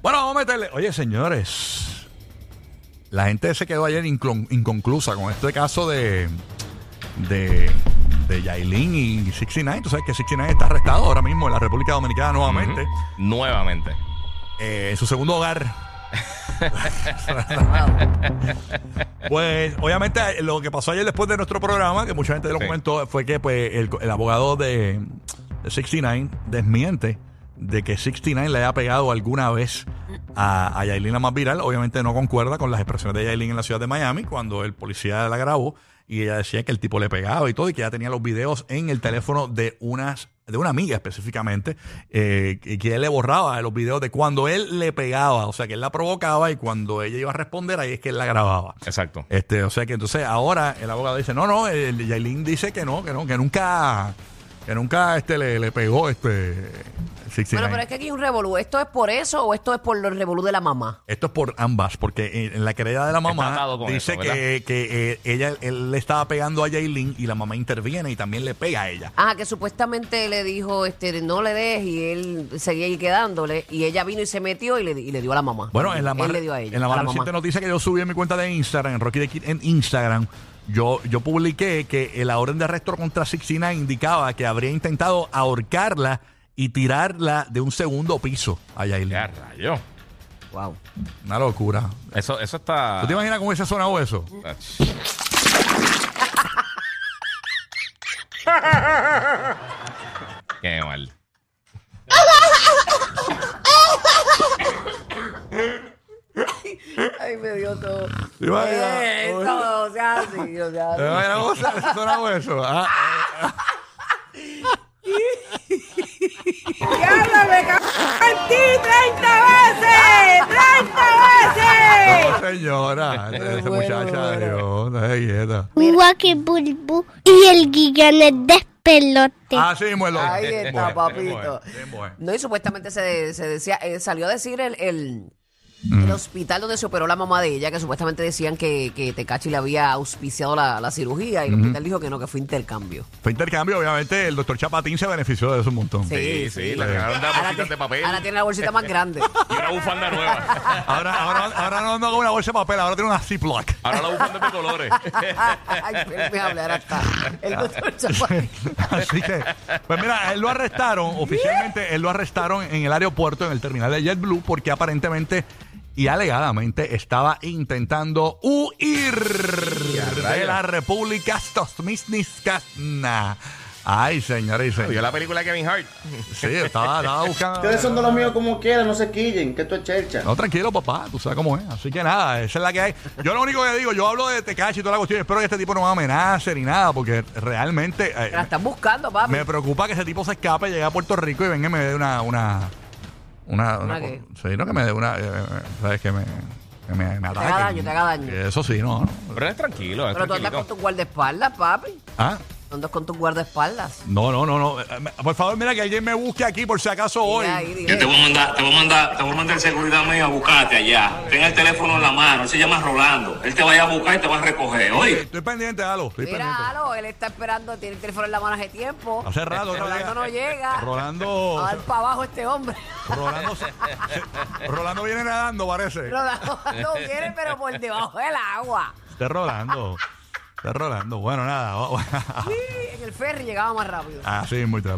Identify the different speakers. Speaker 1: Bueno, vamos a meterle. Oye, señores. La gente se quedó ayer inclon- inconclusa con este caso de. de. de Yailin y 69. Tú sabes que 69 está arrestado ahora mismo en la República Dominicana nuevamente.
Speaker 2: Nuevamente.
Speaker 1: eh, en su segundo hogar. pues obviamente lo que pasó ayer después de nuestro programa, que mucha gente lo
Speaker 2: Sí.
Speaker 1: comentó, fue que pues, el, el abogado de, de 69 desmiente de que 69 le haya pegado alguna vez a, a Yailin la más viral. Obviamente no concuerda con las expresiones de Yailin en la ciudad de Miami cuando el policía la grabó y ella decía que el tipo le pegaba y todo y que ya tenía los videos en el teléfono de unas de una amiga específicamente, eh, que que él le borraba los videos de cuando él le pegaba, o sea, que él la provocaba y cuando ella iba a responder, ahí es que él la grababa.
Speaker 2: Exacto.
Speaker 1: Este, o sea que entonces ahora el abogado dice, no, no, el Yailin dice que no, que no, que nunca, que nunca este le, le pegó este 69.
Speaker 3: Bueno, pero es que aquí hay un revolú. ¿Esto es por eso o esto es por el revolú de la mamá?
Speaker 1: Esto es por ambas, porque en en la querella de la mamá
Speaker 2: atado con
Speaker 1: dice
Speaker 2: eso, ¿verdad?
Speaker 1: que, que, eh, ella él le estaba pegando a Yailin y la mamá interviene y también le pega a ella.
Speaker 3: Ajá, Ah, que supuestamente le dijo, este, no le des y él seguía ahí quedándole y ella vino y se metió y le, y le dio a la mamá.
Speaker 1: Bueno, en la más,
Speaker 3: Él le dio a ella,
Speaker 1: en la
Speaker 3: a
Speaker 1: más
Speaker 3: la mamá.
Speaker 1: reciente noticia que yo subí en mi cuenta de Instagram, en Rocky de Kid en Instagram, yo, yo publiqué que la orden de arresto contra Sixina indicaba que habría intentado ahorcarla y tirarla de un segundo piso a Yailin.
Speaker 2: Ya, rayo.
Speaker 3: Wow.
Speaker 1: Una locura.
Speaker 2: Eso, eso está.
Speaker 1: ¿Tú te imaginas cómo hubiese sonado eso?
Speaker 2: Qué mal.
Speaker 3: Ay, me dio todo. Eh,
Speaker 1: ¿Te imaginas?
Speaker 3: todo, o sea, sí, o sea,
Speaker 1: ¿Te imaginas cómo hubiese sonado eso? Ah,
Speaker 4: ¡Diablo, me cagó en ti 30 veces! ¡30 veces!
Speaker 1: no, señora, esa muchacha, Dios, no se quieta.
Speaker 5: Wacky Bulbu y el guillón de despelote.
Speaker 1: Así mismo es lo-
Speaker 3: Ahí está,
Speaker 1: Ah, Bueno,
Speaker 3: papito.
Speaker 1: bueno, bueno.
Speaker 3: No, y supuestamente se, se decía, eh, salió a decir el, el, el hospital donde se operó la mamá de ella, que supuestamente decían que, que Tecachi le había auspiciado la, la cirugía, y el hospital dijo que no, que fue intercambio.
Speaker 1: Fue intercambio, obviamente, el doctor Chapatín se benefició de eso un montón.
Speaker 2: Sí, sí, la
Speaker 1: sí.
Speaker 2: cagaron de
Speaker 3: Ahora
Speaker 2: bolsitas
Speaker 3: ti-
Speaker 2: de papel.
Speaker 3: Ahora tiene la bolsita más grande.
Speaker 2: Y una bufanda nueva.
Speaker 1: Ahora, ahora, ahora no ando con una bolsa de papel, ahora tiene una Ziploc.
Speaker 2: Ahora la bufanda es de colores.
Speaker 3: Ay, me hablar hasta el doctor Chapatín.
Speaker 1: Así que, pues mira, a él lo arrestaron, oficialmente él lo arrestaron en el aeropuerto, en el terminal de JetBlue, porque aparentemente y alegadamente estaba intentando huir de la República Stosmisniskatna. Ay, señores y
Speaker 2: Vio
Speaker 1: señores.
Speaker 2: la película de Kevin Hart.
Speaker 1: Sí, estaba, estaba buscando.
Speaker 6: Ustedes son de los míos como quieran, no se quillen, que esto es chercha.
Speaker 1: No, tranquilo, papá, tú sabes cómo es. Así que nada, esa es la que hay. Yo lo único que digo, yo hablo de Tecachi y toda la cuestión. Espero que este tipo no me amenace ni nada, porque realmente eh,
Speaker 3: La están buscando, papi.
Speaker 1: me preocupa que ese tipo se escape, llegue a Puerto Rico y venga y me dé una. Una. Una. una-
Speaker 3: qué?
Speaker 1: sí, no, que me dé una. eh, eh, ¿Sabes? Que me. Que me, me ataque.
Speaker 3: daño, te haga daño.
Speaker 1: Que Eso sí, no. no.
Speaker 2: Pero es tranquilo, es
Speaker 3: Pero tú andas con
Speaker 2: tranquilito.
Speaker 3: tus guardaespaldas, papi.
Speaker 1: Ah,
Speaker 3: Tú andas con tus guardaespaldas.
Speaker 1: no, no, no, no. Eh, me- Por favor, mira que alguien me busque aquí por si acaso hoy.
Speaker 3: Mira ahí,
Speaker 7: Yo te
Speaker 3: dile.
Speaker 7: voy a mandar, te voy a mandar, te voy a mandar el seguridad mío a buscarte allá. Ten el teléfono en la mano, él se llama Rolando. Él te vaya a buscar y te va a recoger, oye.
Speaker 1: Estoy pendiente, Alo. Estoy pendiente.
Speaker 3: Mira, Alo, él está esperando, tiene el teléfono en la mano hace tiempo.
Speaker 1: Hace rato, otro día.
Speaker 3: Rolando no llega.
Speaker 1: Rolando.
Speaker 3: A ver para abajo este hombre.
Speaker 1: Rolando, se- se- Rolando viene nadando, parece.
Speaker 3: Rolando no viene, pero por debajo del agua.
Speaker 1: Está Rolando. Está Rolando. Bueno, nada.
Speaker 3: En el ferry llegaba más rápido.
Speaker 1: Así es muy tra-